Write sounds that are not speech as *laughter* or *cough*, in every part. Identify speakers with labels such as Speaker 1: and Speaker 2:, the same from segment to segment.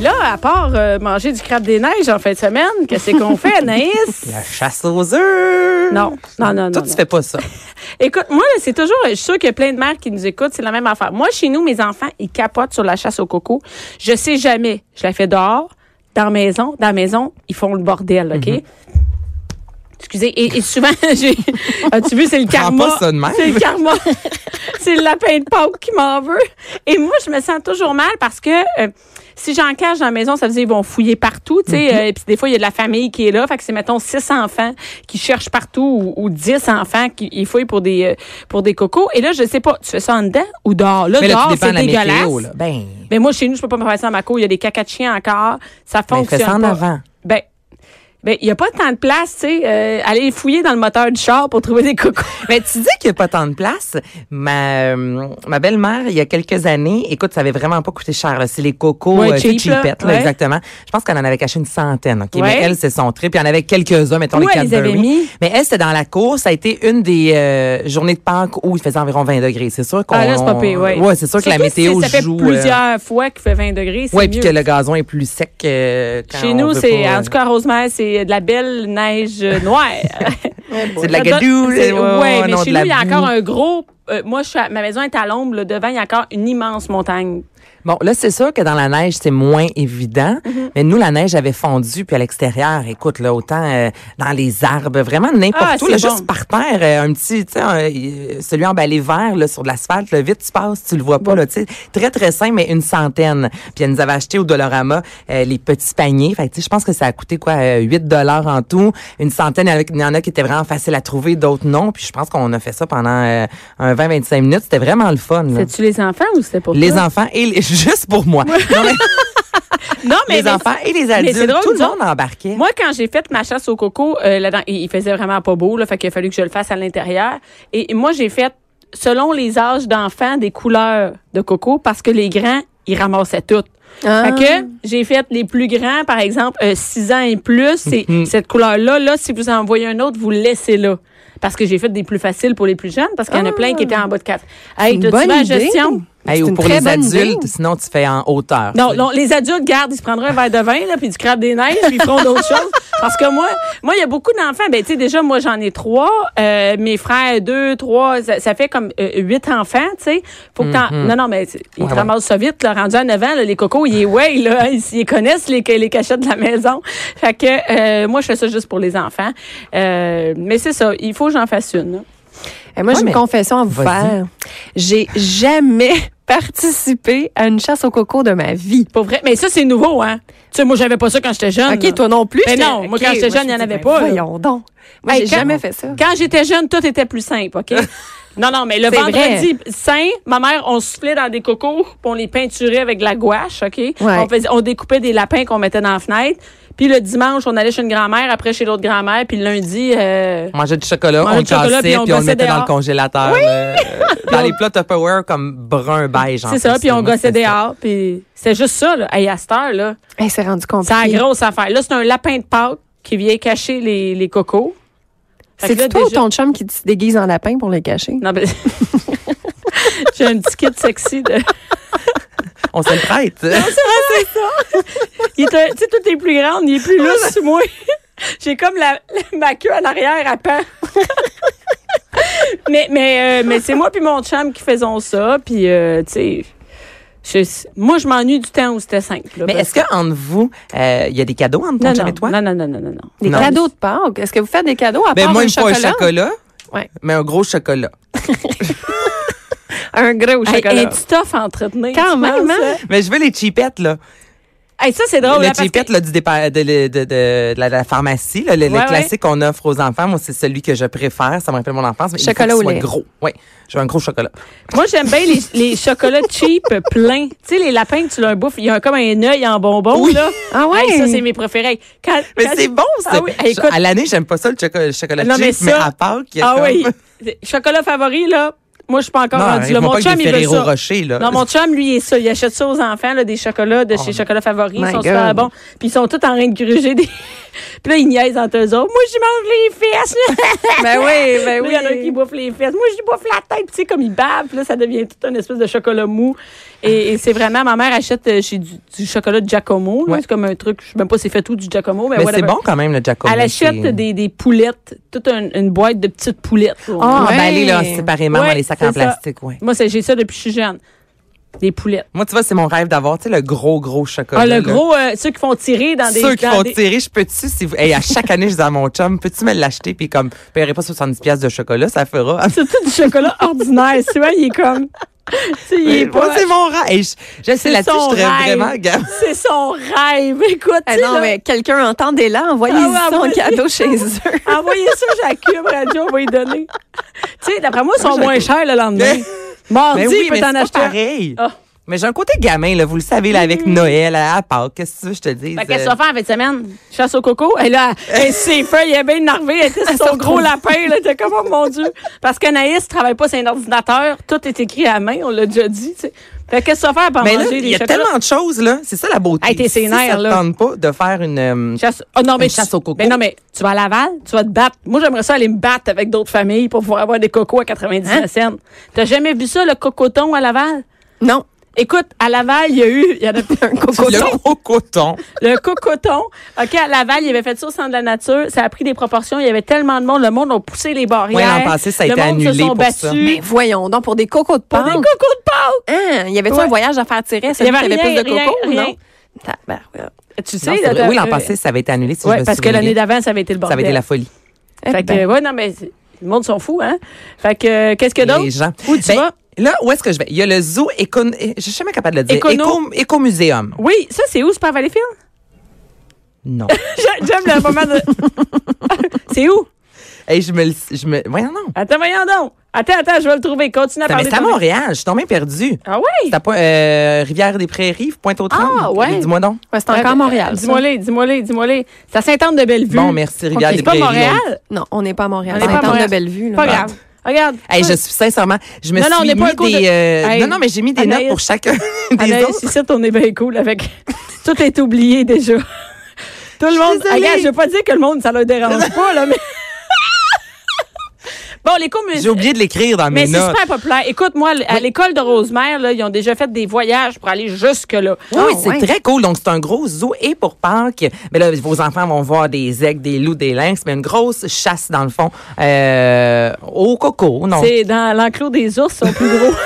Speaker 1: Là, à part euh, manger du crabe des neiges en fin de semaine, qu'est-ce qu'on
Speaker 2: *laughs*
Speaker 1: fait, Anaïs?
Speaker 2: La chasse aux œufs.
Speaker 1: Non, non, non, non.
Speaker 2: Toi,
Speaker 1: non.
Speaker 2: tu fais pas ça.
Speaker 1: Écoute, moi, là, c'est toujours. Je suis sûre qu'il y a plein de mères qui nous écoutent. C'est la même affaire. Moi, chez nous, mes enfants, ils capotent sur la chasse au coco. Je sais jamais. Je la fais dehors, dans la maison. Dans la maison, ils font le bordel, OK?
Speaker 2: Mhm.
Speaker 1: Excusez. Et, et souvent, *laughs* j'ai. As-tu vu, c'est le
Speaker 2: Prends
Speaker 1: karma.
Speaker 2: pas ça de même.
Speaker 1: C'est le karma. *laughs* c'est le lapin de Pâques qui m'en veut. Et moi, je me sens toujours mal parce que. euh, si j'en cache dans la maison, ça veut dire qu'ils vont fouiller partout, tu sais.
Speaker 2: Mhm.
Speaker 1: euh, et puis des fois, il y a de la famille qui est là. Fait que c'est, mettons, six enfants qui cherchent partout ou, ou dix enfants qui ils fouillent pour des, euh, pour des cocos. Et là, je sais pas, tu fais ça en dedans ou dehors? Là,
Speaker 2: Mais là,
Speaker 1: dehors,
Speaker 2: tu dépends
Speaker 1: c'est
Speaker 2: de la
Speaker 1: dégueulasse.
Speaker 2: météo. Là. Ben,
Speaker 1: Mais moi, chez nous, je peux pas me faire ça dans ma cour. Il y a des caca de chiens encore. Ça
Speaker 2: ben,
Speaker 1: fonctionne
Speaker 2: fais ça en
Speaker 1: pas.
Speaker 2: avant.
Speaker 1: Ben, ben, il y a pas tant de place, tu sais. euh, aller fouiller dans le moteur du char pour trouver des cocos.
Speaker 2: Mais tu dis qu'il n'y a pas tant de place. Ma, euh, ma belle-mère, il y a quelques années, écoute, ça avait vraiment pas coûté cher. là. C'est les cocos
Speaker 1: Ouais,
Speaker 2: euh,
Speaker 1: cheap,
Speaker 2: cheapettes, là,
Speaker 1: là. Ouais.
Speaker 2: exactement. Je pense qu'elle en avait caché une centaine. ok
Speaker 1: Ouais.
Speaker 2: Mais elle, c'est son trip. Il y en avait quelques-uns, mettons
Speaker 1: Où
Speaker 2: les
Speaker 1: elle les avait
Speaker 2: Cadbury.
Speaker 1: mis?
Speaker 2: Mais elle, c'était dans la cour. Ça a été une des euh, journées de Pâques où il faisait environ 20 degrés. C'est sûr qu'on...
Speaker 1: Ah, là, c'est pas pire, ouais.
Speaker 2: Ouais, c'est sûr que la
Speaker 1: Surtout si
Speaker 2: météo
Speaker 1: ça fait
Speaker 2: joue... euh,
Speaker 1: plusieurs fois qu'il fait 20 degrés. c'est
Speaker 2: Ouais, puis
Speaker 1: mieux.
Speaker 2: que le gazon est plus sec. euh, quand
Speaker 1: Chez
Speaker 2: on
Speaker 1: nous,
Speaker 2: veut
Speaker 1: c'est,
Speaker 2: pas,
Speaker 1: en tout cas, à Rosemère, c'est euh, de la belle neige euh,
Speaker 2: *laughs*
Speaker 1: noire.
Speaker 2: C'est de la gadoue.
Speaker 1: gadoue.
Speaker 2: c'est- ouais, ouais,
Speaker 1: mais
Speaker 2: non,
Speaker 1: chez
Speaker 2: de la
Speaker 1: nous, il y a
Speaker 2: boue.
Speaker 1: encore un gros. euh, moi, je suis à- ma maison est à l'ombre. là, devant, il y a encore une immense montagne.
Speaker 2: Bon, là, c'est sûr que dans la neige, c'est moins évident.
Speaker 1: Mhm.
Speaker 2: Mais nous, la neige avait fondu. Puis à l'extérieur, écoute, là, autant euh, dans les arbres, vraiment n'importe
Speaker 1: Ah,
Speaker 2: où.
Speaker 1: c'est
Speaker 2: Là,
Speaker 1: bon.
Speaker 2: Juste par terre, euh, un petit, tu sais, un- euh, celui emballé vert là, sur de l'asphalte, là, vite, tu passes, tu le vois pas. Là, tu sais, très, très simple, mais une centaine. Puis elle nous avait acheté au Dolorama euh, les petits paniers. Fait que, tu sais, je pense que ça a coûté, quoi, euh, 8 dollars en tout. Une centaine, avec- il y en a qui étaient vraiment faciles à trouver, d'autres non. Puis je pense qu'on a fait ça pendant euh, un 20-25 minutes. C'était vraiment le fun. Là.
Speaker 1: C'est-tu les enfants ou c'est pour
Speaker 2: Les
Speaker 1: toi?
Speaker 2: enfants et les- *laughs* juste pour moi. Non, mais-
Speaker 1: Non, *laughs* mais
Speaker 2: les
Speaker 1: mais-
Speaker 2: enfants et les
Speaker 1: mais
Speaker 2: adultes,
Speaker 1: c'est drôle,
Speaker 2: tout le
Speaker 1: nous
Speaker 2: monde embarquait.
Speaker 1: Moi, quand j'ai fait ma chasse au coco, euh, là-dedans, il, il faisait vraiment pas beau, là, fait qu'il a fallu que je le fasse à l'intérieur. Et, et moi, j'ai fait, selon les âges d'enfants, des couleurs de coco, parce que les grands, ils ramassaient toutes.
Speaker 3: Ah.
Speaker 1: Fait que j'ai fait les plus grands, par exemple, 6 ans et plus, c'est cette couleur-là. Là, si vous en voyez un autre, vous le laissez là. Parce que j'ai fait des plus faciles pour les plus jeunes, parce qu'il y en a plein qui étaient en bas de 4. Hey,
Speaker 3: Ah. une
Speaker 1: t'as-tu
Speaker 3: bonne
Speaker 1: ma
Speaker 3: idée.
Speaker 1: gestion?
Speaker 2: Hey,
Speaker 3: C'est
Speaker 2: ou
Speaker 3: une
Speaker 2: pour
Speaker 3: très
Speaker 2: les
Speaker 3: bonne
Speaker 2: adultes,
Speaker 3: idée.
Speaker 2: sinon tu fais en hauteur.
Speaker 1: Non, non, les adultes, garde, ils se prendraient un verre de vin, là, puis du crabe des neiges, puis ils feront d'autres choses. Parce que moi, moi, il y a beaucoup d'enfants. Ben, tu sais, déjà, moi, j'en ai trois. Euh, mes frères, deux, trois. Ça, ça fait comme euh, huit enfants, tu sais. Faut que t'en- Non, non, mais c'est- ils
Speaker 2: Ouais,
Speaker 1: te ramassent ça vite, là. Rendu à 9 ans, là, les cocos, ils, ouais, là, ils, ils connaissent les, les cachettes de la maison. Fait que, euh, moi, je fais ça juste pour les enfants. Euh, mais c'est ça. Il faut que j'en fasse une, là.
Speaker 3: Et Eh, moi,
Speaker 2: Ouais,
Speaker 3: j'ai
Speaker 2: mais-
Speaker 3: une confession à vous
Speaker 2: Vas-y.
Speaker 3: faire. J'ai jamais *laughs* participé à une chasse au coco de ma vie.
Speaker 1: Pour vrai. Mais ça, c'est nouveau, hein. Tu sais, moi, j'avais pas ça quand j'étais jeune. là.
Speaker 3: OK, toi non plus.
Speaker 1: Ben
Speaker 3: j'étais-
Speaker 1: non, moi,
Speaker 3: OK,
Speaker 1: quand j'étais jeune, il y en
Speaker 3: je me
Speaker 1: avait
Speaker 3: dis,
Speaker 1: pas,
Speaker 3: ben
Speaker 1: là.
Speaker 3: Voyons donc. Moi,
Speaker 1: Hey,
Speaker 3: j'ai
Speaker 1: quand-
Speaker 3: jamais fait ça.
Speaker 1: Quand j'étais jeune, tout était plus simple,
Speaker 3: *laughs*
Speaker 1: OK? Non, non, mais le
Speaker 3: C'est
Speaker 1: vendredi saint, ma mère, on soufflait dans des cocos, puis on les peinturait avec de la gouache, OK? On, faisait- on découpait des lapins qu'on mettait dans la fenêtre. Puis le dimanche, on allait chez une grand-mère, après chez l'autre grand-mère, puis le lundi... euh,
Speaker 2: On mangeait du chocolat,
Speaker 1: Mangeait
Speaker 2: on le
Speaker 1: du chocolat,
Speaker 2: cassait,
Speaker 1: puis on
Speaker 2: puis on le
Speaker 1: gossait
Speaker 2: mettait dans
Speaker 1: dehors.
Speaker 2: le congélateur.
Speaker 1: *laughs*
Speaker 2: euh, dans les plats Tupperware comme brun beige. en
Speaker 1: C'est ça,
Speaker 2: plus,
Speaker 1: puis on
Speaker 2: moi,
Speaker 1: gossait
Speaker 2: c'était ça.
Speaker 1: dehors, puis c'est juste ça, là. Hey, à cette heure, là,
Speaker 3: Elle s'est rendu compte.
Speaker 1: c'est la grosse affaire. Là, c'est un lapin de Pâques qui vient cacher les, les cocos. Fait que là,
Speaker 3: C'est toi ou
Speaker 1: déjà-
Speaker 3: ton chum qui se déguise en lapin pour le cacher?
Speaker 1: Non, mais... *laughs* J'ai un petit kit sexy de...
Speaker 2: On se le prête.
Speaker 1: Il est un- tu sais, tout est plus grande, il est plus lousse que moi. *laughs* J'ai comme la, *laughs* la- ma queue en arrière à pan. *laughs* mais mais, euh, mais c'est moi puis mon chum qui faisons ça. Puis, euh, tu sais, je- moi, je m'ennuie du temps où c'était simple. là,
Speaker 2: Mais
Speaker 1: parce-
Speaker 2: est-ce qu'entre vous, euh, il y a des cadeaux entre ton
Speaker 1: non,
Speaker 2: chum
Speaker 1: non,
Speaker 2: et toi?
Speaker 1: non, non, non, non, non, non.
Speaker 3: Des
Speaker 2: Non.
Speaker 3: cadeaux de Pâques. Est-ce que vous faites des cadeaux à
Speaker 2: Ben,
Speaker 3: part
Speaker 2: moi,
Speaker 3: un
Speaker 2: une fois un
Speaker 3: chocolat?
Speaker 2: chocolat,
Speaker 3: Ouais.
Speaker 2: mais un gros chocolat.
Speaker 3: Un gros
Speaker 1: Hey,
Speaker 3: chocolat.
Speaker 1: hey, tu t'offres à entretenir.
Speaker 3: Quand
Speaker 1: tu
Speaker 3: même,
Speaker 1: penses,
Speaker 3: hein?
Speaker 1: hein?
Speaker 2: Mais je veux les chipettes, là.
Speaker 1: Hey, ça, c'est drôle.
Speaker 2: Le
Speaker 1: hein, parce
Speaker 2: chipette
Speaker 1: que-
Speaker 2: là, du départ, de, de- de- de la, la pharmacie, là, le, le
Speaker 1: Ouais, ouais.
Speaker 2: classique qu'on offre aux enfants, moi, c'est celui que je préfère. Ça me rappelle mon enfance. Mais il faut
Speaker 3: Chocolat
Speaker 2: qu'il
Speaker 3: au
Speaker 2: soit
Speaker 3: lait.
Speaker 2: gros. Oui, je veux un gros chocolat.
Speaker 1: Moi, j'aime bien les, les chocolats cheap pleins. Tu sais, les lapins que tu leur bouffes, il y a un- comme un œil en bonbon,
Speaker 2: Oui.
Speaker 1: là.
Speaker 3: Ah ouais?
Speaker 1: Hey, ça, c'est mes préférés. Quand-
Speaker 2: Mais
Speaker 1: quand-
Speaker 2: c'est bon, ça.
Speaker 1: Ah oui, hey,
Speaker 2: Je-
Speaker 1: écoute.
Speaker 2: à l'année, j'aime pas ça, le chocolat, le chocolat
Speaker 1: Non,
Speaker 2: chip,
Speaker 1: mais
Speaker 2: mais,
Speaker 1: ça-
Speaker 2: à Pâques, il y a
Speaker 1: Ah
Speaker 2: comme- *laughs*
Speaker 1: oui. *laughs* Chocolat favori, là. Moi, je suis pas encore
Speaker 2: Non,
Speaker 1: rendu là.
Speaker 2: arrête-moi
Speaker 1: Mon
Speaker 2: pas avec
Speaker 1: chum,
Speaker 2: des
Speaker 1: il veut
Speaker 2: Ferrero
Speaker 1: ça.
Speaker 2: Rocher, là.
Speaker 1: Non, mon chum, lui, il est ça. Il achète ça aux enfants, là, des chocolats
Speaker 2: Oh
Speaker 1: de chez Chocolat Favori. Ils
Speaker 3: My
Speaker 1: sont
Speaker 3: God.
Speaker 1: super bons. Puis ils sont tous en train de gruger des. *laughs* Puis là, ils niaisent entre eux autres. Moi, je mange les fesses, là.
Speaker 3: *laughs* Ben
Speaker 1: *laughs*
Speaker 3: oui,
Speaker 1: Là,
Speaker 3: ben
Speaker 1: hein? Il y en a qui
Speaker 3: oui.
Speaker 1: bouffent les fesses. Moi, je bouffe la tête. Puis, Tu sais, comme ils bavent, puis là, ça devient tout un espèce de chocolat mou. Et, et c'est vraiment, ma mère achète euh, chez du, du chocolat de Giacomo. là.
Speaker 2: Ouais.
Speaker 1: C'est comme un truc, je sais même pas si c'est fait tout du Giacomo, mais,
Speaker 2: Mais
Speaker 1: whatever.
Speaker 2: c'est bon quand même, le Jacob.
Speaker 1: Elle achète des, des poulettes, toute un- une boîte de petites poulettes. là.
Speaker 3: Ah, ouais.
Speaker 2: Emballées, ben, là, séparément
Speaker 1: Ouais,
Speaker 2: dans les sacs en
Speaker 1: c'est ça.
Speaker 2: plastique, ouais.
Speaker 1: Moi, c'est- j'ai ça depuis que je suis jeune. Des poulettes.
Speaker 2: Moi, tu vois, c'est mon rêve d'avoir, tu sais, le gros, gros chocolat.
Speaker 1: Ah, le
Speaker 2: là.
Speaker 1: gros, euh, ceux qui font tirer dans des.
Speaker 2: hein? Ceux qui
Speaker 1: dans
Speaker 2: font
Speaker 1: des- *laughs*
Speaker 2: tirer, je peux-tu, si vous... Hey, à chaque année, je dis à mon chum, peux-tu me l'acheter? Puis comme, paierai pas 70 piastres de chocolat,
Speaker 1: *laughs*
Speaker 2: ça fera.
Speaker 1: Surtout du chocolat ordinaire. Tu vois, il est
Speaker 2: *laughs*
Speaker 1: comme. Tu sais, il est
Speaker 2: Mais Moi,
Speaker 1: pas.
Speaker 2: c'est mon rêve. Hey, je- Je sais,
Speaker 1: C'est
Speaker 2: là-dessus,
Speaker 1: son
Speaker 2: je serais
Speaker 1: rêve.
Speaker 2: vraiment gamme.
Speaker 1: C'est son rêve. Écoute,
Speaker 3: Ah
Speaker 1: tu sais,
Speaker 3: non,
Speaker 1: là,
Speaker 3: mais quelqu'un entendez-la,
Speaker 1: Ah ouais,
Speaker 3: envoyez-y son
Speaker 1: envoyez-
Speaker 3: cadeau chez eux.
Speaker 1: Envoyez ça chez la Cube Radio, on va y donner. tu sais, d'après moi, ils sont
Speaker 2: j'ai-
Speaker 1: moins chers le lendemain.
Speaker 2: Mais-
Speaker 1: Mardi,
Speaker 2: *laughs* Mais Ben oui,
Speaker 1: il peut
Speaker 2: mais
Speaker 1: t'en
Speaker 2: c'est
Speaker 1: acheter.
Speaker 2: pas
Speaker 1: un.
Speaker 2: pareil.
Speaker 1: Ah.
Speaker 2: Mais j'ai un côté gamin, là, vous le savez, là, avec Noël, à à Pâques, qu'est-ce que tu veux, que je te dis?
Speaker 1: Fait Ben, qu'est-ce qu'on fait en fin de semaine? Chasse au coco. Et
Speaker 2: *laughs*
Speaker 1: là, elle s'est fait, il est bien énervé. Elle était sur son gros lapin. Là, t'es comme, oh mon Dieu. Parce qu'Anaïs travaille pas sur un ordinateur. Tout est écrit à la main, on l'a déjà dit. tu sais. Fait qu'est-ce qu'on fait pour
Speaker 2: Mais Ben là,
Speaker 1: manger
Speaker 2: il
Speaker 1: des
Speaker 2: y a
Speaker 1: chocolats?
Speaker 2: tellement de choses, là. C'est ça la beauté.
Speaker 1: Hey, t'es
Speaker 2: si
Speaker 1: sénère,
Speaker 2: ça te
Speaker 1: là.
Speaker 2: tente pas de faire une. euh,
Speaker 1: Chasse, oh non, mais
Speaker 2: Une chasse au coco.
Speaker 1: Mais non, mais tu vas à Laval, tu vas te battre. Moi, j'aimerais ça aller me battre avec d'autres familles pour pouvoir avoir des cocos à 99
Speaker 2: Hein?
Speaker 1: cents. T'as jamais vu ça, le cocoton à Laval?
Speaker 3: Non,
Speaker 1: Écoute, à Laval, il y a eu,
Speaker 2: *laughs*
Speaker 1: il y en a
Speaker 3: un coco.
Speaker 2: Le gros
Speaker 1: *laughs*
Speaker 2: coton.
Speaker 1: le cocoton. OK, à Laval, il avait fait ça au centre de la nature. Ça a pris des proportions. Il y avait tellement de monde. Le monde a poussé les barrières.
Speaker 2: Ouais, l'an passé, ça a
Speaker 1: le
Speaker 2: été
Speaker 1: monde se
Speaker 2: annulé
Speaker 1: sont
Speaker 2: pour
Speaker 1: battus.
Speaker 2: ça.
Speaker 3: Mais voyons donc, pour des cocos de
Speaker 1: Pour des cocos de
Speaker 3: Pâques.
Speaker 1: Pâques!
Speaker 3: Hein, il y avait-tu
Speaker 1: Ouais.
Speaker 3: un voyage à faire tirer?
Speaker 1: Il y
Speaker 3: Celui
Speaker 1: avait
Speaker 3: qui avait
Speaker 1: rien,
Speaker 3: plus de cocos,
Speaker 1: rien, rien.
Speaker 3: non? Tabarouette.
Speaker 1: Tu sais,
Speaker 2: Non, c'est
Speaker 1: là,
Speaker 2: vrai. oui, l'an
Speaker 1: euh,
Speaker 2: passé, ça avait été annulé. Si je
Speaker 1: ouais,
Speaker 2: me
Speaker 1: parce que
Speaker 2: souviens
Speaker 1: l'année
Speaker 2: bien.
Speaker 1: d'avant, ça avait été le
Speaker 2: Ça
Speaker 1: bordel.
Speaker 2: avait été la folie.
Speaker 3: Eh
Speaker 1: Fait que,
Speaker 3: ben.
Speaker 1: ouais, non, mais c'est- le monde s'en fout, hein? Fait que, euh, qu'est-ce que d'autre?
Speaker 2: Les gens.
Speaker 1: Où tu
Speaker 2: Ben,
Speaker 1: vas?
Speaker 2: Là, où est-ce que je vais? Il y a le zoo éco... Je suis jamais capable de le dire.
Speaker 1: Écono-
Speaker 2: Éco- Écomuséum.
Speaker 1: Oui, ça, c'est où? C'est pas à Valleyfield?
Speaker 2: *laughs*
Speaker 1: *laughs*
Speaker 2: Non.
Speaker 1: J'ai- J'aime le moment de. *laughs* c'est où?
Speaker 2: Hey, je me le... Je me... Voyons, non.
Speaker 1: Attends, voyons donc. Attends, attends, je vais le trouver. Continue à
Speaker 2: Ça, mais
Speaker 1: parler.
Speaker 2: c'est à
Speaker 1: de ton-
Speaker 2: Montréal. Je suis tombée perdue.
Speaker 1: Ah oui?
Speaker 2: C'est à Point- euh, Rivière-des-Prairies, Pointe-aux-Trembles.
Speaker 3: Ah, ouais.
Speaker 2: Dis-moi donc.
Speaker 3: Ouais, c'est encore Montréal. ça.
Speaker 1: Dis-moi-les, dis-moi-les, dis-moi-les. C'est à Sainte-Anne-de-Bellevue.
Speaker 2: Bon, merci,
Speaker 1: Mais C'est pas
Speaker 2: Rivière-des-Prairies.
Speaker 1: Montréal?
Speaker 3: Non, on n'est pas à
Speaker 1: On
Speaker 3: Montréal.
Speaker 1: n'est pas à
Speaker 3: C'est
Speaker 1: Montréal.
Speaker 3: de Bellevue. là.
Speaker 1: Pas grave. Regarde.
Speaker 2: Hey, je suis sincèrement, je me
Speaker 1: Non, non, on
Speaker 2: suis
Speaker 1: n'est pas un
Speaker 2: mis
Speaker 1: cours de-
Speaker 2: des, euh,
Speaker 1: Hey,
Speaker 2: non, non, mais j'ai mis des
Speaker 1: Anaïs.
Speaker 2: notes pour chacun *laughs* des
Speaker 1: Anaïs,
Speaker 2: autres.
Speaker 1: ici, on est bien cool avec. *laughs* Tout est oublié *laughs* déjà. Tout le
Speaker 2: suis
Speaker 1: monde.
Speaker 2: désolée.
Speaker 1: Regarde, je veux pas dire que le monde, ça leur dérange pas, là, mais. *laughs* bon, les cours
Speaker 2: J'ai oublié de l'écrire dans
Speaker 1: Mais
Speaker 2: mes
Speaker 1: c'est
Speaker 2: notes.
Speaker 1: super populaire. Écoute, moi, à l'école de Rosemère, là, ils ont déjà fait des voyages pour aller jusque-là.
Speaker 2: Oui,
Speaker 3: Ah,
Speaker 2: c'est
Speaker 3: ouais.
Speaker 2: très cool. Donc, c'est un gros zoo et pour Pâques, mais là, vos enfants vont voir des aigles, des loups, des lynx, mais une grosse chasse, dans le fond, euh, au coco. Non. *laughs*
Speaker 1: C'est dans l'enclos des ours, ils sont plus *laughs* gros.
Speaker 3: *laughs*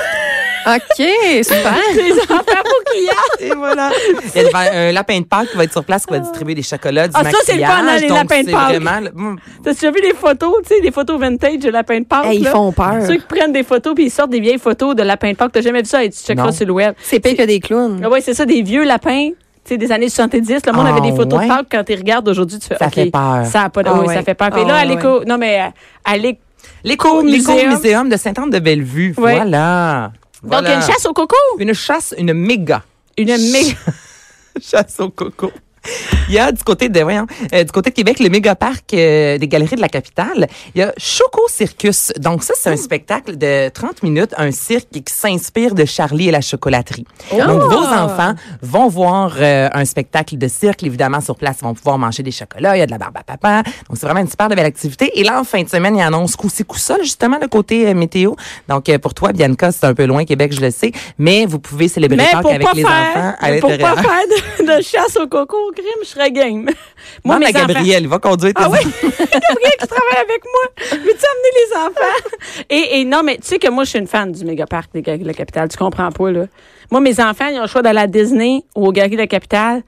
Speaker 3: OK, super.
Speaker 1: les enfants pour qu'il y a.
Speaker 2: Et voilà. Il y a un lapin de Pâques qui va être sur place, qui va distribuer des chocolats, du
Speaker 1: Ah, ça,
Speaker 2: maquillage.
Speaker 1: c'est le fun, hein, les
Speaker 2: Donc,
Speaker 1: lapins de
Speaker 2: c'est
Speaker 1: Pâques.
Speaker 2: vraiment le- mm.
Speaker 1: T'as déjà vu les photos, tu sais, des photos vintage de lapin de Pâques?
Speaker 3: Hey, ils
Speaker 1: là?
Speaker 3: font peur.
Speaker 1: Ceux qui prennent des photos puis ils sortent des vieilles photos de lapin de Pâques. T'as jamais vu ça? Et tu checkeras
Speaker 2: Non.
Speaker 1: sur le web.
Speaker 3: C'est pire que des clowns.
Speaker 1: Ah ouais, c'est ça, des vieux lapins. Tu sais, des années 70, le monde
Speaker 2: Ah,
Speaker 1: avait des photos
Speaker 2: ouais.
Speaker 1: de Pâques. Quand tu regardes aujourd'hui, tu fais
Speaker 2: Ça
Speaker 1: OK,
Speaker 2: fait peur.
Speaker 1: Ça a pas de...
Speaker 3: Ah
Speaker 1: oui,
Speaker 3: ouais.
Speaker 1: ça fait peur. Puis
Speaker 3: Ah
Speaker 1: là, à
Speaker 3: ouais.
Speaker 1: l'éco... Non, mais euh, à l'éco...
Speaker 2: L'éco-
Speaker 1: Muséum.
Speaker 2: L'éco-muséum de Sainte-Anne-de-Bellevue.
Speaker 1: Ouais.
Speaker 2: Voilà.
Speaker 1: Donc, il y a une chasse au coco.
Speaker 2: Une chasse, une méga
Speaker 1: Une méga...
Speaker 2: *laughs* chasse au coco. Il y a du côté de voyons, euh, du côté de Québec le méga parc euh, des galeries de la capitale, il y a Choco Circus. Donc ça
Speaker 1: Oh!
Speaker 2: c'est un spectacle de 30 minutes, un cirque qui s'inspire de Charlie et la chocolaterie.
Speaker 1: Oh!
Speaker 2: Donc vos enfants vont voir euh, un spectacle de cirque évidemment sur place, ils vont pouvoir manger des chocolats, il y a de la barbe à papa. Donc c'est vraiment une super de belle activité et là en fin de semaine, il annonce coup-ci coup-ça justement le côté euh, météo. Donc euh, pour toi Bianca, c'est un peu loin Québec, je le sais, mais vous pouvez célébrer
Speaker 1: Mais
Speaker 2: Pâques
Speaker 1: pour
Speaker 2: avec
Speaker 1: pas
Speaker 2: les enfants
Speaker 1: faire,
Speaker 2: à
Speaker 1: pour
Speaker 2: l'intérieur.
Speaker 1: pas faire de, de chasse au coco au crime, je serais game.
Speaker 2: Moi,
Speaker 1: mes
Speaker 2: à
Speaker 1: enfants-
Speaker 2: Gabriel, il va conduire tes
Speaker 1: Ah oui, *laughs* Gabriel qui travaille avec moi. Veux-tu amener les enfants? Et, et non, mais tu sais que moi, je suis une fan du méga-parc des Galeries de la Capitale. Tu comprends pas, là. Moi, mes enfants, ils ont le choix d'aller à Disney ou aux Galeries de la Capitale.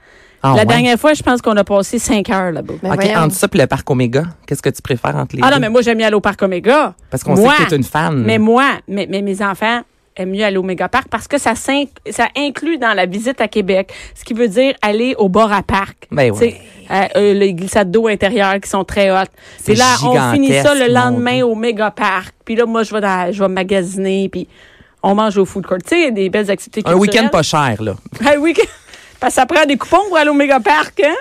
Speaker 2: Ah
Speaker 1: la
Speaker 2: ouais?
Speaker 1: dernière fois, je pense qu'on a passé cinq heures là-bas.
Speaker 3: Ben
Speaker 2: OK,
Speaker 3: voyons.
Speaker 2: entre ça et le parc Oméga, qu'est-ce que tu préfères entre les
Speaker 1: Ah
Speaker 2: deux?
Speaker 1: non, mais moi, j'aime bien aller au parc Oméga.
Speaker 2: Parce qu'on
Speaker 1: Moi.
Speaker 2: sait que t'es une fan.
Speaker 1: Mais moi, mais, mais mes enfants, aiment mieux aller au Mégaparc parce que ça, s'in- ça inclut dans la visite à Québec, ce qui veut dire aller au bord à parc.
Speaker 2: Ben
Speaker 1: Tu sais, euh, euh, les glissades d'eau intérieures qui sont très hautes.
Speaker 2: C'est
Speaker 1: Puis là, on finit ça
Speaker 2: gigantesque,
Speaker 1: le
Speaker 2: mon
Speaker 1: lendemain
Speaker 2: Dieu.
Speaker 1: au Mégaparc. Puis là, moi, je vais, dans- je vais magasiner, puis on mange au food court. Tu sais, il y a des belles activités
Speaker 2: Un
Speaker 1: culturelles.
Speaker 2: week-end pas cher, là.
Speaker 1: Un week-end. Parce que ça prend des coupons pour aller au Mégaparc, hein?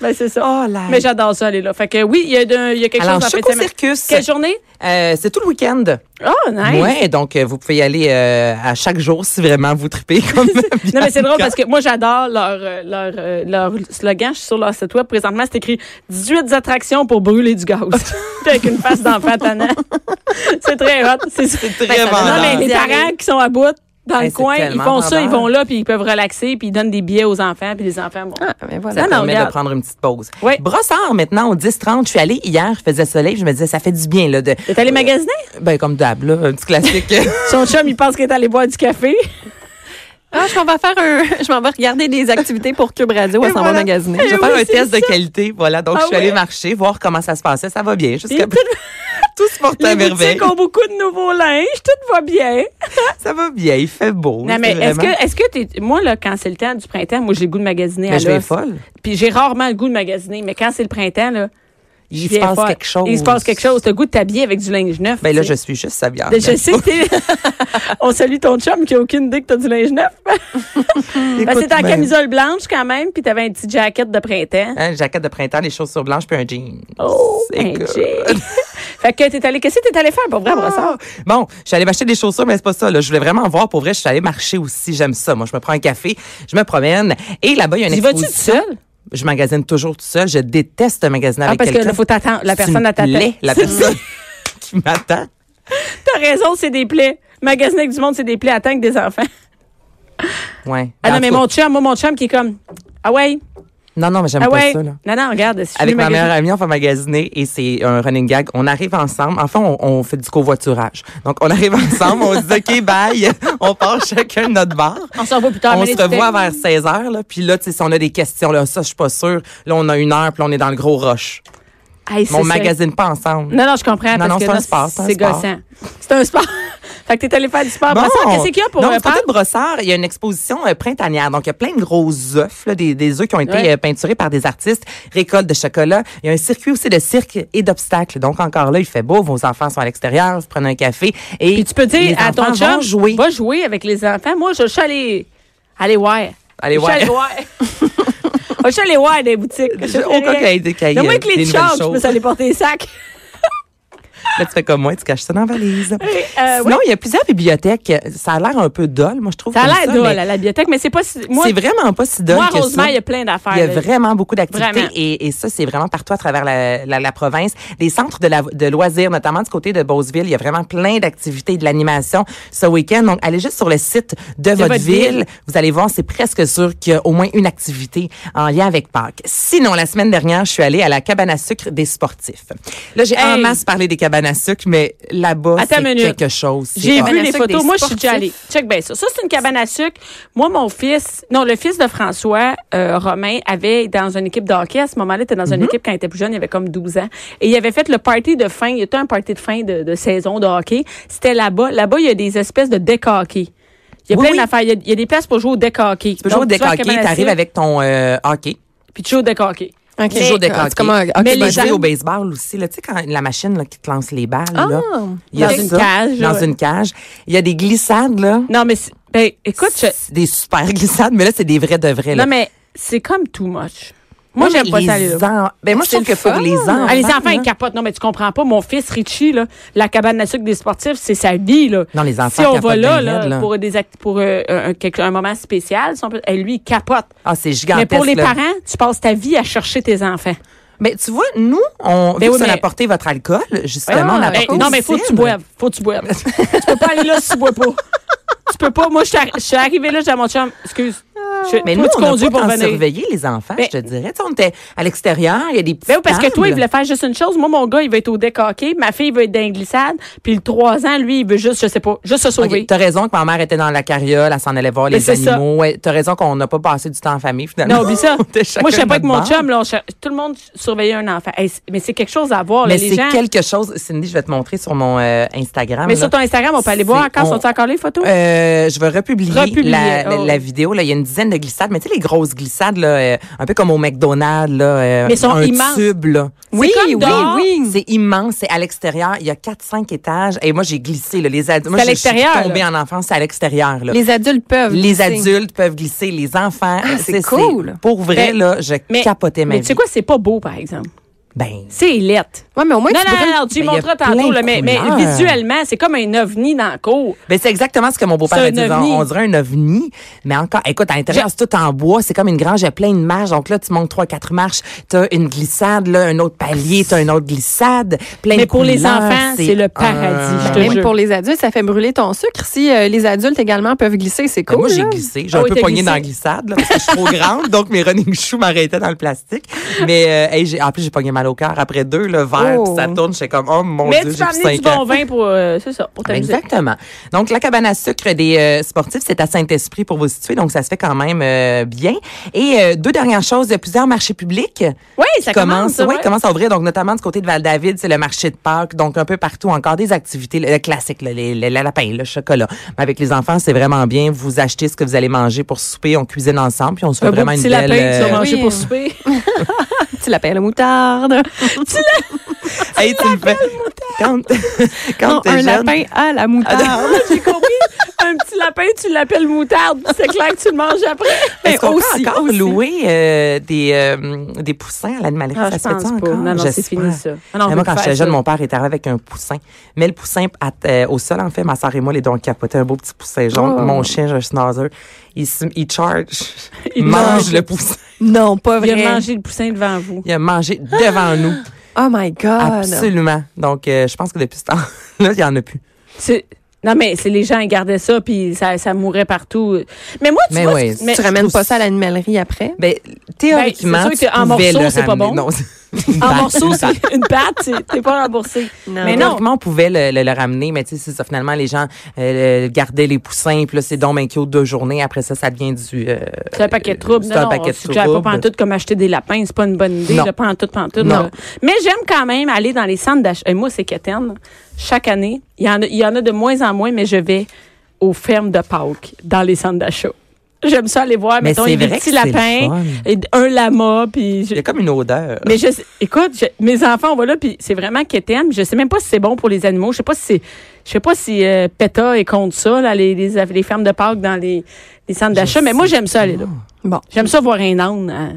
Speaker 1: Ben, c'est ça.
Speaker 2: Oh là.
Speaker 1: Mais j'adore ça, aller là. Fait que oui, il y a, de- il y a quelque
Speaker 2: Alors,
Speaker 1: chose en fin de
Speaker 2: Choco
Speaker 1: semaine.
Speaker 2: Circus.
Speaker 1: Quelle journée?
Speaker 2: Euh, c'est tout le week-end.
Speaker 1: Oh, nice.
Speaker 2: Ouais, donc euh, vous pouvez y aller euh, à chaque jour si vraiment
Speaker 1: *laughs*
Speaker 2: vous tripez comme
Speaker 1: Non, mais c'est drôle parce que moi, j'adore leur, euh, leur, euh, leur slogan. Je suis sur leur site web. Présentement, c'est écrit 18 attractions pour brûler du
Speaker 2: *laughs*
Speaker 1: gaz. Puis avec une face d'enfant tannant. c'est très hot. C'est
Speaker 2: très
Speaker 1: Ben, ça donne-
Speaker 2: vendeur.
Speaker 1: Non, mais les parents qui sont à bout dans
Speaker 2: Ben,
Speaker 1: le
Speaker 2: c'est
Speaker 1: coin, ils
Speaker 2: tellement
Speaker 1: font ça,
Speaker 2: vendeur.
Speaker 1: ils vont là, puis ils peuvent relaxer, puis ils donnent des billets aux enfants, puis les enfants vont.
Speaker 3: Ah, mais
Speaker 2: Ça
Speaker 3: voilà.
Speaker 1: Ah, non,
Speaker 2: permet de
Speaker 1: regarde.
Speaker 2: prendre une petite pause.
Speaker 1: Ouais.
Speaker 2: Brossard, maintenant, au 10-30, je suis allée hier, je faisais soleil, je me disais, ça fait du bien, là, de,
Speaker 1: T'es allé magasiner?
Speaker 2: ben, comme d'hab, là, un petit classique.
Speaker 1: *laughs* Son chum, il pense qu'il est allé boire du café.
Speaker 3: Ah, je m'en vais faire un. *laughs* Je m'en vais regarder des activités pour Cube Radio.
Speaker 2: Et
Speaker 3: Elle s'en
Speaker 2: voilà.
Speaker 3: va magasiner.
Speaker 2: Je vais faire
Speaker 1: oui,
Speaker 2: un
Speaker 1: c'est
Speaker 2: test de qualité, voilà. Donc,
Speaker 1: Ah
Speaker 2: je suis allée
Speaker 1: ouais?
Speaker 2: marcher, voir comment ça se passait. Ça va bien, jusqu'à
Speaker 1: Puis
Speaker 2: *laughs* tout se porte à
Speaker 1: Les
Speaker 2: merveille.
Speaker 1: boutiques ont beaucoup de nouveaux linges, tout va bien.
Speaker 2: *laughs* Ça va bien, il fait beau.
Speaker 1: non, mais
Speaker 2: c'est
Speaker 1: est-ce
Speaker 2: vraiment-
Speaker 1: que, est-ce que t'es- moi, là, quand c'est le temps du printemps, moi, j'ai le goût de magasiner à
Speaker 2: Mais je vais
Speaker 1: l'os.
Speaker 2: folle.
Speaker 1: Puis j'ai rarement le goût de magasiner, mais quand c'est le printemps, là,
Speaker 2: Il
Speaker 1: je
Speaker 2: se
Speaker 1: viens
Speaker 2: passe
Speaker 1: folle.
Speaker 2: quelque chose.
Speaker 1: Il se passe quelque chose. T'as le goût de t'habiller avec du linge neuf.
Speaker 2: Ben là,
Speaker 1: tu sais.
Speaker 2: je suis juste Ben, savière.
Speaker 1: Je
Speaker 2: *laughs*
Speaker 1: sais que t'es- *laughs* On salue ton chum qui a aucune idée que t'as du linge neuf. *laughs* Parce que t'es ben,
Speaker 2: ben-
Speaker 1: en camisole blanche quand même, puis t'avais un petit jacket de printemps.
Speaker 2: Hein, une jaquette de printemps, les chaussures blanches, puis un jean.
Speaker 1: Oh,
Speaker 2: Ah, C'est
Speaker 1: un
Speaker 2: good. *laughs*
Speaker 1: jean. *laughs* fait que t'es allé, qu'est-ce que t'es allé faire pour vrai, Brossard?
Speaker 2: Ah! Bon, je suis allée m'acheter des chaussures, mais c'est pas ça. Là. Je voulais vraiment voir. Pour vrai, je suis allée marcher aussi. J'aime ça. Moi, je me prends un café, je me promène. Et là-bas, il y a une
Speaker 1: Tu vas-tu tout
Speaker 2: exposition.
Speaker 1: seul?
Speaker 2: Je magasine toujours tout seul. Je déteste magasiner
Speaker 1: Ah,
Speaker 2: avec
Speaker 1: parce que
Speaker 2: quelqu'un.
Speaker 1: là, faut t'attendre. La
Speaker 2: C'est
Speaker 1: personne
Speaker 2: une
Speaker 1: à t'attend.
Speaker 2: plaie,
Speaker 1: *laughs*
Speaker 2: La personne *laughs* qui m'attend.
Speaker 1: T'as raison, c'est des plaies. Magasiner avec du monde, c'est des plaies. Attends que des enfants.
Speaker 2: Ouais.
Speaker 1: Ah
Speaker 2: En
Speaker 1: non, mais
Speaker 2: tout cas,
Speaker 1: mon chum, moi, mon chum qui est comme. Ah ouais,
Speaker 2: Non, non, mais j'aime
Speaker 1: ah ouais.
Speaker 2: pas ça. Là.
Speaker 1: Non, non, regarde. Si je
Speaker 2: Avec
Speaker 1: veux
Speaker 2: ma
Speaker 1: magasiner-
Speaker 2: meilleure amie, on va magasiner et c'est un running gag. On arrive ensemble. Enfin, on, on fait du covoiturage. Donc, on arrive ensemble, on se dit OK, bye. *laughs* On part chacun de notre bar.
Speaker 1: On se revoit plus tard.
Speaker 2: on
Speaker 1: mais
Speaker 2: se
Speaker 1: là, tu
Speaker 2: revoit
Speaker 1: fais-
Speaker 2: vers 16 heures. Là. Puis là, tu sais, si on a des questions, là, ça, je suis pas sûre. Là, on a une heure, puis là, on est dans le gros rush.
Speaker 1: Hey,
Speaker 2: Mais on
Speaker 1: c'est-
Speaker 2: magasine pas ensemble.
Speaker 1: Non, non, je comprends.
Speaker 2: Non,
Speaker 1: parce
Speaker 2: non,
Speaker 1: que
Speaker 2: c'est un
Speaker 1: là,
Speaker 2: sport, c'est un
Speaker 1: C'est
Speaker 2: sport.
Speaker 1: gossant. C'est un sport. *laughs* fait que t'es allé faire du sport.
Speaker 2: Bon.
Speaker 1: Brossard, Ah, qu'est-ce qu'il y a pour
Speaker 2: non,
Speaker 1: euh,
Speaker 2: du côté
Speaker 1: faire?
Speaker 2: de Brossard, il y a une exposition euh, printanière. Donc, il y a plein de gros œufs, là, des, des œufs qui ont été
Speaker 1: Ouais.
Speaker 2: euh, peinturés par des artistes, récolte de chocolat. Il y a un circuit aussi de cirque et d'obstacles. Donc, encore là, il fait beau. Vos enfants sont à l'extérieur, ils se prennent un café. Et
Speaker 1: Puis tu peux
Speaker 2: les
Speaker 1: dire à ton
Speaker 2: enfants vont
Speaker 1: chum,
Speaker 2: jouer.
Speaker 1: va jouer avec les enfants. Moi, je je suis allée. Allez, ouais.
Speaker 2: Allez,
Speaker 1: Je suis allée
Speaker 2: ouais. *laughs*
Speaker 1: voir. Je suis allée voir des boutiques. Je
Speaker 2: Au cas qu'il y ait des- qu'il y ait,
Speaker 1: Non, moi,
Speaker 2: euh,
Speaker 1: avec les
Speaker 2: des nouvelles
Speaker 1: charges, je
Speaker 2: choses.
Speaker 1: peux aller porter des sacs.
Speaker 2: Là, tu fais comme moi, tu caches ça dans la
Speaker 1: *laughs*
Speaker 2: valise.
Speaker 1: euh,
Speaker 2: Sinon, il y a plusieurs bibliothèques. Ça a l'air un peu dol, moi, je trouve.
Speaker 1: Ça a
Speaker 2: comme
Speaker 1: l'air
Speaker 2: mais
Speaker 1: drôle à la bibliothèque, mais c'est pas si. Moi,
Speaker 2: C'est vraiment pas si dol
Speaker 1: moi
Speaker 2: que ça.
Speaker 1: Rosemère, il y a plein d'affaires.
Speaker 2: Il y a
Speaker 1: là.
Speaker 2: vraiment beaucoup d'activités
Speaker 1: Vraiment.
Speaker 2: et, et ça, c'est vraiment partout à travers la, la, la province. Les centres de, la, de loisirs, notamment du côté de Beauceville, il y a vraiment plein d'activités et de l'animation ce week-end. Donc, allez juste sur le site de, votre,
Speaker 1: votre
Speaker 2: ville.
Speaker 1: ville.
Speaker 2: Vous allez voir, c'est presque sûr qu'il y a au moins une activité en lien avec Pâques. Sinon, la semaine dernière, je suis allée à la cabane à sucre des sportifs. Là, j'ai en
Speaker 1: Hey!
Speaker 2: masse parlé des cabanes à sucre, mais là-bas,
Speaker 1: Attends
Speaker 2: c'est
Speaker 1: une minute.
Speaker 2: quelque chose. C'est
Speaker 1: J'ai
Speaker 2: hot.
Speaker 1: vu
Speaker 3: à
Speaker 1: les
Speaker 3: sucre
Speaker 1: photos.
Speaker 3: des
Speaker 1: Moi, je suis
Speaker 3: sportifs.
Speaker 1: déjà allée. Check bien ça. Ça, c'est une cabane à sucre. Moi, mon fils, non, le fils de François euh, Romain avait dans une équipe de hockey. À ce moment-là, il était dans
Speaker 2: Mhm.
Speaker 1: une équipe quand il était plus jeune. Il avait comme 12 ans. Et il avait fait le party de fin. Il y a eu un party de fin de, de saison de hockey. C'était là-bas. Là-bas, il y a des espèces de deck hockey. Il y a
Speaker 2: Oui,
Speaker 1: plein
Speaker 2: oui.
Speaker 1: d'affaires. Il y a- il y, a des places pour jouer au deck hockey.
Speaker 2: Tu peux jouer au
Speaker 1: Donc, tu vas à la
Speaker 2: décoqué,
Speaker 1: cabane à
Speaker 2: t'arrives
Speaker 1: sucre,
Speaker 2: avec ton euh, hockey.
Speaker 1: Puis tu joues au deck hockey.
Speaker 3: Ok.
Speaker 2: Tu joues au décoqué.
Speaker 3: C'est comme un. ok,
Speaker 2: mais
Speaker 3: ben,
Speaker 2: les
Speaker 3: j'en-
Speaker 2: jouer au baseball aussi, là, tu sais, quand la machine là, qui te lance les balles, là, il y a
Speaker 1: Ah, Dans une
Speaker 2: ça,
Speaker 1: cage,
Speaker 2: Dans
Speaker 1: ouais.
Speaker 2: une cage. Il y a des glissades, là.
Speaker 1: Non, mais c'est- ben, écoute, je-
Speaker 2: C'est Des super *laughs* glissades, mais là, c'est des vrais de vrais. là.
Speaker 1: non, mais c'est comme too much. Moi,
Speaker 2: Non,
Speaker 1: j'aime pas
Speaker 2: les
Speaker 1: ça aller là.
Speaker 2: en- Ben, moi, je
Speaker 3: C'est
Speaker 2: trouve que
Speaker 3: le
Speaker 2: pour
Speaker 3: fun.
Speaker 2: les enfants.
Speaker 1: Ah, les enfants,
Speaker 2: là,
Speaker 1: ils capotent. Non, mais tu comprends pas. Mon fils Richie, là, la cabane à sucre des sportifs, c'est sa vie. Là.
Speaker 2: Non, les enfants
Speaker 1: Si on
Speaker 2: capotent
Speaker 1: va là,
Speaker 2: bien raide, là.
Speaker 1: pour, des act- pour euh, un, quelque- un moment spécial, si on peut- eh, lui, il capote.
Speaker 2: Ah, c'est gigantesque.
Speaker 1: mais pour les
Speaker 2: là.
Speaker 1: parents, tu passes ta vie à chercher tes enfants.
Speaker 2: Mais tu vois, nous, on, vu
Speaker 1: Ben oui,
Speaker 2: que ça
Speaker 1: mais-
Speaker 2: a apporté votre alcool, justement,
Speaker 3: Ah,
Speaker 2: on a
Speaker 3: ben,
Speaker 2: apporté
Speaker 1: Eh, non, mais faut que tu boives. Faut que tu boives. tu peux pas aller là si tu bois pas. Tu peux pas. Moi, je suis arri- je suis arrivée là, j'ai à mon chum, excuse, Je-
Speaker 2: Mais
Speaker 1: toi,
Speaker 2: nous,
Speaker 1: tu
Speaker 2: on
Speaker 1: conduis
Speaker 2: n'a
Speaker 1: pour
Speaker 2: pas tant
Speaker 1: venir.
Speaker 2: surveillé les enfants,
Speaker 1: Ben-
Speaker 2: je te dirais. Tu sais, on était à l'extérieur, il y a des petits.
Speaker 1: Ben oui, parce que toi, il voulait faire juste une chose. Moi, mon gars, il veut être au deck hockey. Ma fille veut être dans les glissades. Puis le 3 ans, lui, il veut juste, je sais pas, juste se sauver.
Speaker 2: T'as raison que ma mère était dans la carriole, elle s'en allait voir
Speaker 1: Ben,
Speaker 2: les
Speaker 1: c'est ça.
Speaker 2: animaux. Ouais, T'as raison qu'on n'a pas passé du temps en famille finalement.
Speaker 1: Non, oublie ça.
Speaker 2: Ah *laughs* On était
Speaker 1: Moi, je
Speaker 2: chacun
Speaker 1: sais
Speaker 2: de
Speaker 1: pas avec mon
Speaker 2: notre bord.
Speaker 1: chum, là, on cher- tout le monde surveillait un enfant. Hey, c'est- mais c'est quelque chose à voir, là,
Speaker 2: Mais
Speaker 1: les
Speaker 2: c'est
Speaker 1: gens.
Speaker 2: quelque chose, Cindy, je vais te montrer sur mon euh, Instagram.
Speaker 1: Mais
Speaker 2: là.
Speaker 1: sur ton Instagram, on peut aller voir
Speaker 2: C'est-
Speaker 1: encore.
Speaker 2: on-
Speaker 1: Sont-ils encore les photos?
Speaker 2: Euh, je vais republier,
Speaker 1: Republier,
Speaker 2: la, la-
Speaker 1: oh.
Speaker 2: la vidéo. Là. Il y a une dizaine de glissades, mais tu sais, les grosses glissades, là, euh, un peu comme au McDonald's, là, euh,
Speaker 1: Mais ils sont
Speaker 2: un
Speaker 1: immenses.
Speaker 2: tube. Là.
Speaker 1: Oui,
Speaker 2: C'est comme
Speaker 1: oui,
Speaker 2: dehors.
Speaker 1: oui.
Speaker 2: C'est immense, c'est à l'extérieur. Il y a 4-5 étages. Et moi, j'ai glissé. Là, les ad- moi,
Speaker 1: à
Speaker 2: je- je suis
Speaker 1: l'extérieur,
Speaker 2: tombée en enfance, c'est à l'extérieur. Là.
Speaker 3: Les adultes peuvent.
Speaker 2: Les
Speaker 3: glisser.
Speaker 2: adultes peuvent glisser, les enfants.
Speaker 3: c'est cool.
Speaker 2: Pour vrai,
Speaker 1: Ah, Ben,
Speaker 2: là, je
Speaker 1: mais,
Speaker 2: capotais
Speaker 1: mais
Speaker 2: ma vie.
Speaker 1: tu sais quoi, c'est pas beau, par exemple.
Speaker 2: Ben,
Speaker 1: C'est lettre.
Speaker 3: Ouais, mais au moins,
Speaker 1: Non,
Speaker 3: tu
Speaker 1: non,
Speaker 3: brûles-
Speaker 1: non, non, tu
Speaker 2: Ben, il y a
Speaker 1: montreras
Speaker 2: plein
Speaker 1: tantôt,
Speaker 2: de
Speaker 1: là, mais, mais
Speaker 2: couleurs.
Speaker 1: visuellement, c'est comme un ovni dans le cours.
Speaker 2: Ben, c'est exactement ce que mon beau-père
Speaker 1: C'est
Speaker 2: a
Speaker 1: un
Speaker 2: dit. On,
Speaker 1: ovni.
Speaker 2: on dirait un ovni, mais encore, écoute, à l'intérieur, c'est tout en bois, c'est comme une grange, il y a plein de marches. Donc là, tu montes trois, quatre marches, t'as une glissade, là, un autre palier, t'as une autre glissade, plein
Speaker 1: Mais
Speaker 2: de
Speaker 1: pour les
Speaker 2: couleurs,
Speaker 1: enfants, c'est le paradis, je te
Speaker 2: Ben,
Speaker 3: Même
Speaker 1: jure.
Speaker 3: pour les adultes, ça fait brûler ton sucre. Si euh, les adultes également peuvent glisser, c'est cool.
Speaker 2: Ben,
Speaker 3: hein?
Speaker 2: moi, j'ai
Speaker 3: là.
Speaker 2: glissé. J'ai
Speaker 1: Ah
Speaker 2: un
Speaker 1: oui,
Speaker 2: peu
Speaker 1: t'as
Speaker 2: pogné
Speaker 1: glissé.
Speaker 2: dans la glissade, là, parce que je suis trop grande, donc mes running shoes m'arrêtaient dans le plastique. Mais, euh, hey, j'ai- en plus, j'ai pogné mal au cœur. Après deux, le verre,
Speaker 3: Oh.
Speaker 2: puis ça tourne, j'étais comme, oh mon
Speaker 1: mais
Speaker 2: Dieu,
Speaker 1: tu
Speaker 2: j'ai
Speaker 1: peux
Speaker 2: plus
Speaker 1: amener du
Speaker 2: cinq ans. Ah,
Speaker 1: bon vin pour, euh, c'est ça, pour t'amuser.
Speaker 2: Exactement. Donc, la cabane à sucre des euh, sportifs, c'est à Saint-Esprit pour vous situer, donc ça se fait quand même euh, bien. Et euh, deux dernières choses, il y a plusieurs marchés publics.
Speaker 1: Oui,
Speaker 2: qui
Speaker 1: ça commence.
Speaker 2: oui,
Speaker 1: ouais.
Speaker 2: commence à ouvrir. Donc, notamment du côté de Val-David, c'est le marché de Pâques. Donc, un peu partout, encore des activités le- le classiques, là, les, les- le lapin, le chocolat. Mais avec les enfants, c'est vraiment bien. Vous achetez ce que vous allez manger pour souper, on cuisine ensemble, puis on se fait
Speaker 1: Un beau
Speaker 2: vraiment une
Speaker 1: petit
Speaker 2: belle...
Speaker 1: lapin que tu
Speaker 2: euh,
Speaker 1: vas manger
Speaker 3: oui.
Speaker 1: pour souper. *laughs*
Speaker 3: Tu l'appelles la moutarde.
Speaker 2: *laughs* hey, tu le fais. Quand, *laughs* quand
Speaker 3: un
Speaker 2: t'es jeune...
Speaker 3: lapin à la moutarde.
Speaker 1: J'ai compris. Un petit lapin, tu l'appelles moutarde. puis C'est clair que tu le manges après.
Speaker 2: Est-ce qu'on
Speaker 3: aussi,
Speaker 2: peut encore
Speaker 3: aussi.
Speaker 2: louer euh, des, euh, des poussins à l'animalerie?
Speaker 1: Ah,
Speaker 2: ça
Speaker 1: je
Speaker 2: se fait
Speaker 1: pense pas.
Speaker 2: encore?
Speaker 1: Non, non, c'est
Speaker 2: J'espère.
Speaker 1: fini, ça. Ah, non, on peut
Speaker 2: Mais moi,
Speaker 1: plus
Speaker 2: quand
Speaker 1: faire
Speaker 2: j'étais
Speaker 1: ça.
Speaker 2: jeune, mon père était arrivé avec un poussin. Mais le poussin à- euh, au sol, en fait, ma soeur et moi, les dons capotaient un beau petit poussin jaune.
Speaker 3: Oh.
Speaker 2: Mon chien, j'ai un schnauzer. Il, se- il charge,
Speaker 1: *laughs* Il
Speaker 2: il
Speaker 1: mange.
Speaker 2: mange le poussin.
Speaker 3: Ah, Non, pas
Speaker 1: Il a
Speaker 3: vrai.
Speaker 1: mangé le poussin devant vous.
Speaker 2: Il a mangé devant nous.
Speaker 3: Oh my
Speaker 1: Ah,
Speaker 3: God.
Speaker 2: Absolument. Donc, euh, je pense que depuis ce temps-là, *laughs* il n'y en a plus.
Speaker 1: C'est- Non, mais c'est les gens, ils gardaient ça, puis ça, ça mourait partout. Mais moi, tu
Speaker 2: Mais
Speaker 1: vois,
Speaker 2: oui,
Speaker 1: tu- mais-
Speaker 3: Tu ramènes pas ça à l'animalerie après?
Speaker 2: Ben, théoriquement,
Speaker 1: Ben, c'est sûr
Speaker 2: tu
Speaker 1: qu'en
Speaker 2: pouvais
Speaker 1: morceaux,
Speaker 2: le
Speaker 1: c'est pas
Speaker 2: ramener.
Speaker 1: bon.
Speaker 2: Non,
Speaker 1: en
Speaker 2: *laughs* Bah,
Speaker 1: morceaux, c'est une patte, c'est- t'es pas remboursé.
Speaker 3: Non.
Speaker 1: Mais non,
Speaker 2: Théoriquement, on pouvait le, le- le ramener, mais tu sais, c'est ça. Finalement, les gens euh, gardaient les poussins, puis là, c'est donc ben cute deux journées. Après ça, ça devient du. euh,
Speaker 1: c'est un paquet de troubles.
Speaker 2: C'est
Speaker 1: Non,
Speaker 2: un
Speaker 1: non,
Speaker 2: paquet
Speaker 1: on
Speaker 2: de
Speaker 1: suggère
Speaker 2: troubles.
Speaker 1: pas pantoute comme acheter des lapins, c'est pas une bonne idée,
Speaker 2: Non.
Speaker 1: là, pantoute, pantoute.
Speaker 2: Non.
Speaker 1: là. Mais j'aime quand même aller dans les centres d'achat. Et moi, c'est quétaine. Chaque année, il y, en a, il y en a de moins en moins, mais je vais aux fermes de Pâques, dans les centres d'achat. J'aime ça aller voir,
Speaker 2: Mais
Speaker 1: mettons, il
Speaker 2: c'est
Speaker 1: y a des
Speaker 2: vrai que
Speaker 1: petits
Speaker 2: c'est le
Speaker 1: lapins,
Speaker 2: fun.
Speaker 1: et un lama, puis... je-
Speaker 2: Il y a comme une odeur.
Speaker 1: Mais je sais- écoute, je- mes enfants, on va là, puis c'est vraiment quétaine. Je sais même pas si c'est bon pour les animaux. Je sais pas si c'est- je sais pas si euh, PETA est contre ça, là, les, les, av- les fermes de Pâques dans les, les centres d'achat. Mais moi, j'aime ça aller là.
Speaker 3: Bon.
Speaker 1: J'aime ça voir un âne. hein.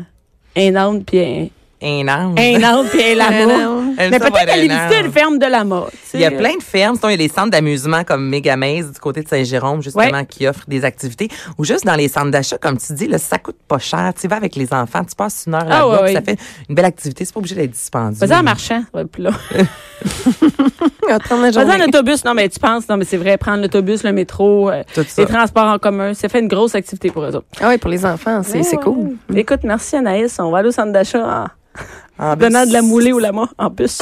Speaker 1: Un âne, puis un,
Speaker 2: Un ange. *laughs*
Speaker 1: un âne, puis un
Speaker 3: Un
Speaker 1: lama.
Speaker 3: âne.
Speaker 2: Aime
Speaker 1: Mais
Speaker 2: ça voir
Speaker 1: peut-être aller
Speaker 2: un
Speaker 1: visiter
Speaker 2: âne.
Speaker 1: une ferme de lama. tu sais.
Speaker 2: Il y a plein de fermes. Sinon, il y a les centres d'amusement comme Megamaze du côté de Saint-Jérôme, justement,
Speaker 1: Ouais.
Speaker 2: qui offrent des activités. Ou juste dans les centres d'achat, comme tu dis, là, ça coûte pas cher. Tu y vas avec les enfants, tu passes une heure là-bas,
Speaker 1: Ah ouais,
Speaker 2: puis
Speaker 1: ouais.
Speaker 2: ça fait une belle activité. C'est pas obligé d'être dispendieux.
Speaker 1: Vas-y en marchant. Ouais, puis là.
Speaker 3: On va prendre la
Speaker 1: Vas-y en
Speaker 3: journée.
Speaker 1: autobus. Non, mais tu penses, non, mais c'est vrai, prendre l'autobus, le métro, euh,
Speaker 2: Tout ça.
Speaker 1: les transports en commun. Ça fait une grosse activité pour eux autres.
Speaker 3: Ah oui, pour les enfants, c'est
Speaker 1: Ouais,
Speaker 3: c'est
Speaker 1: ouais.
Speaker 3: cool.
Speaker 1: Écoute, merci Anaïs. On va aller au centre d'achat en
Speaker 2: En
Speaker 1: donnant
Speaker 2: bus.
Speaker 1: de la moulée ou la main en bus.